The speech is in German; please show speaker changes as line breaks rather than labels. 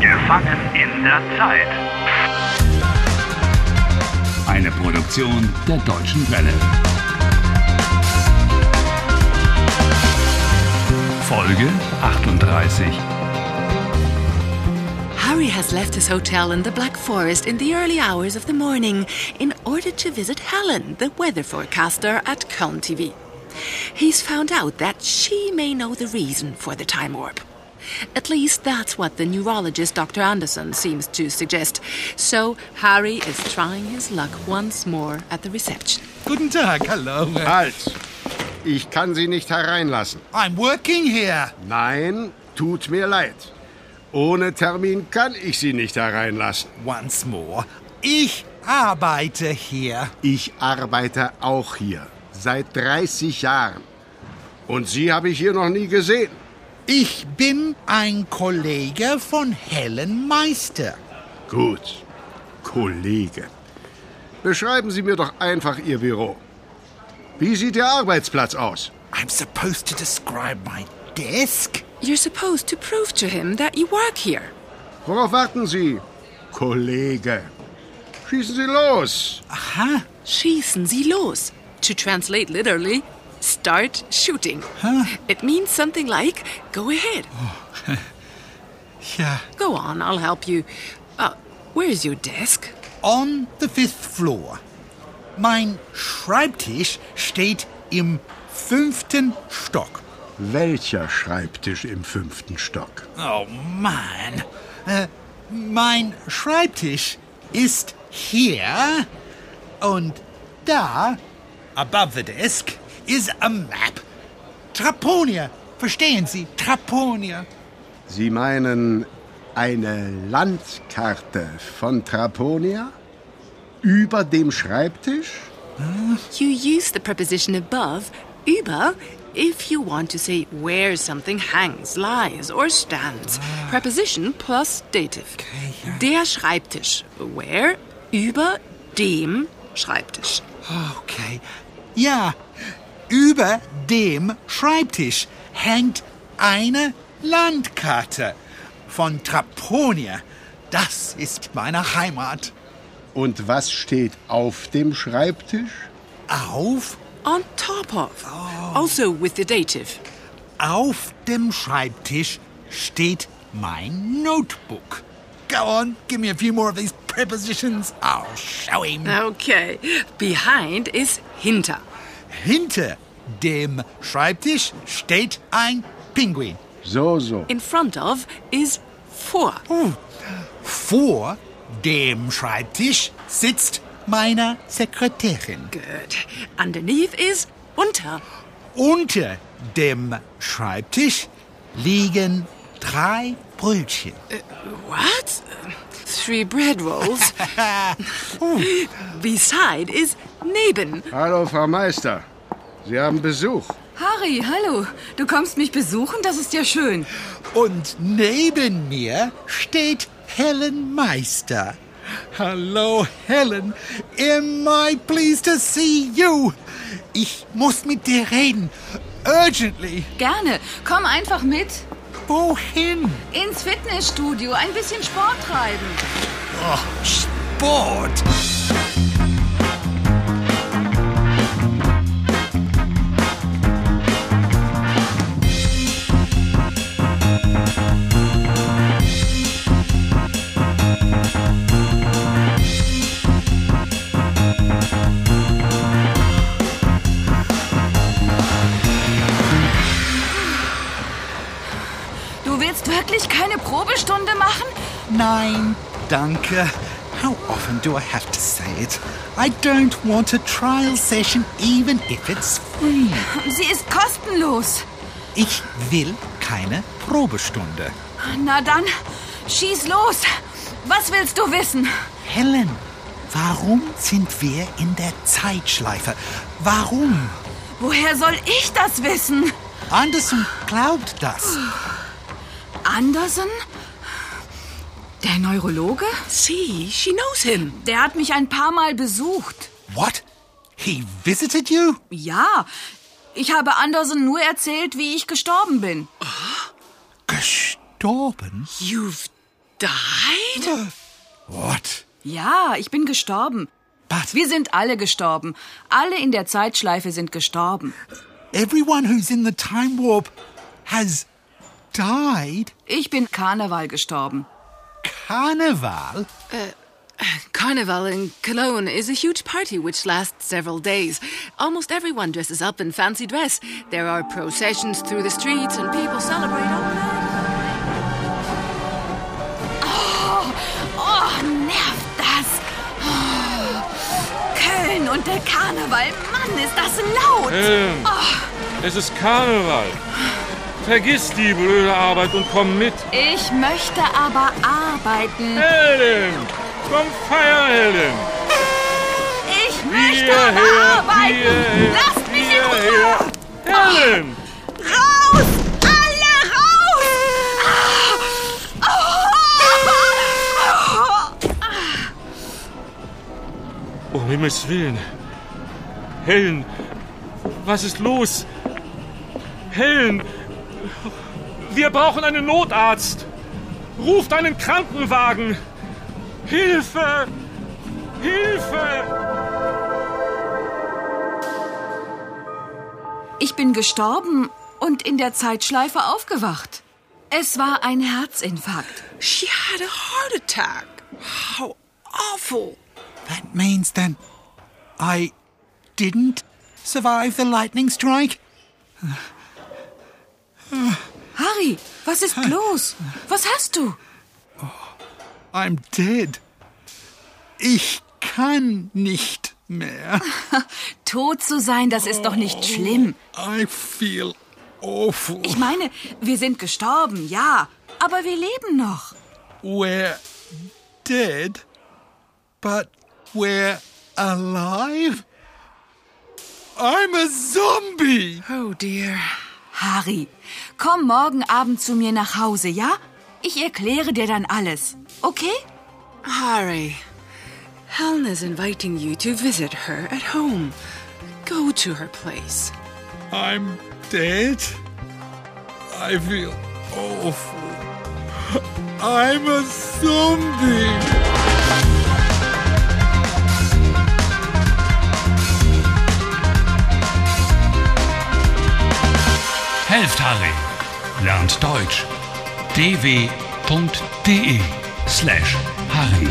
Gefangen in der Zeit.
Eine Produktion der Deutschen Welle. Folge 38.
Harry has left his hotel in the Black Forest in the early hours of the morning in order to visit Helen, the weather forecaster at Köln TV. He's found out that she may know the reason for the time warp. At least that's what the neurologist Dr. Anderson seems to suggest. So Harry is trying his luck once more at the reception.
Guten Tag, hallo.
Halt! Ich kann Sie nicht hereinlassen.
I'm working here.
Nein, tut mir leid. Ohne Termin kann ich Sie nicht hereinlassen.
Once more. Ich arbeite hier.
Ich arbeite auch hier. Seit 30 Jahren. Und Sie habe ich hier noch nie gesehen.
Ich bin ein Kollege von Helen Meister.
Gut. Kollege. Beschreiben Sie mir doch einfach Ihr Büro. Wie sieht Ihr Arbeitsplatz aus?
I'm supposed to describe my desk?
You're supposed to prove to him that you work here.
Worauf warten Sie? Kollege. Schießen Sie los.
Aha.
Schießen Sie los. To translate literally, start shooting. It means something like go ahead.
Yeah.
Go on, I'll help you. Uh, where's your desk?
On the fifth floor. Mein Schreibtisch steht im fünften Stock.
Welcher Schreibtisch im fünften Stock?
Oh Mann. Äh, mein Schreibtisch ist hier und da, above the desk, is a map. Traponia. Verstehen Sie? Traponia.
Sie meinen eine Landkarte von Traponia? Über dem Schreibtisch?
You use the preposition above, über, if you want to say where something hangs, lies, or stands. Preposition plus dative. Der Schreibtisch. Where? Über dem Schreibtisch.
Okay. Ja, über dem Schreibtisch hängt eine Landkarte von Traponia. Das ist meine Heimat.
Und was steht auf dem Schreibtisch?
Auf,
On top of. Also with the dative.
auf dem Schreibtisch steht mein Notebook. Go on, give me a few more of these prepositions. I'll show him.
Okay. Behind is hinter.
Hinter dem Schreibtisch steht ein Pinguin.
So, so.
In front of is vor.
Vor dem Schreibtisch sitzt meine Sekretärin.
Good. Underneath is unter.
Unter dem Schreibtisch liegen drei Brötchen.
What? Three bread rolls. Beside is neben.
Hallo, Frau Meister. Sie haben Besuch.
Harry, hallo. Du kommst mich besuchen, das ist ja schön.
Und neben mir steht Helen Meister. Hallo Helen, am I pleased to see you? Ich muss mit dir reden. Urgently.
Gerne. Komm einfach mit
Wohin?
ins Fitnessstudio, ein bisschen Sport treiben.
Oh, Sport.
Du willst wirklich keine Probestunde machen?
Nein, danke. How often do I have to say it? I don't want a trial session, even if it's free.
Sie ist kostenlos.
Ich will keine Probestunde.
Na dann, schieß los. Was willst du wissen?
Helen, warum sind wir in der Zeitschleife? Warum?
Woher soll ich das wissen?
Anderson glaubt das.
Andersen? Der Neurologe?
See, she knows him.
Der hat mich ein paar Mal besucht.
What? He visited you?
Ja, ich habe Andersen nur erzählt, wie ich gestorben bin.
Gestorben?
You've died?
What?
Ja, ich bin gestorben.
But
Wir sind alle gestorben. Alle in der Zeitschleife sind gestorben.
everyone who's in the time warp has died.
Ich bin Karneval gestorben.
Carnival?
Carnival in Cologne is a huge party which lasts several days. Almost everyone dresses up in fancy dress. There are processions through the streets and people celebrate all night.
Oh, nervt das. Oh, Köln und der Karneval. Mann, ist das laut.
Es ist Karneval. Vergiss die blöde Arbeit und komm mit.
Ich möchte aber arbeiten.
Helen! Komm feiern, Helen!
Ich möchte
Hierher,
aber arbeiten.
hierher,
Lasst mich in Ruhe.
hierher. Helen!
Raus! Alle raus! Ah! Oh!
Um Himmels Willen. Helen, was ist los? Helen, wir brauchen einen Notarzt. Ruft einen Krankenwagen. Hilfe! Hilfe!
Ich bin gestorben und in der Zeitschleife aufgewacht. Es war ein Herzinfarkt.
She had a heart attack. How awful.
That means then I didn't survive the lightning strike?
Harry, was ist los? Was hast du?
I'm dead. Ich kann nicht mehr.
Tot zu sein, das ist doch nicht schlimm.
I feel awful.
Ich meine, wir sind gestorben, ja, aber wir leben noch.
We're dead, but we're alive? I'm a zombie!
Oh dear.
Harry, komm morgen Abend zu mir nach Hause, ja? Ich erkläre dir dann alles, okay?
Harry, Helena's inviting you to visit her at home. Go to her place.
I'm dead? I feel awful. I'm a zombie!
Helft Harry. Lernt Deutsch. dw.de slash Harry.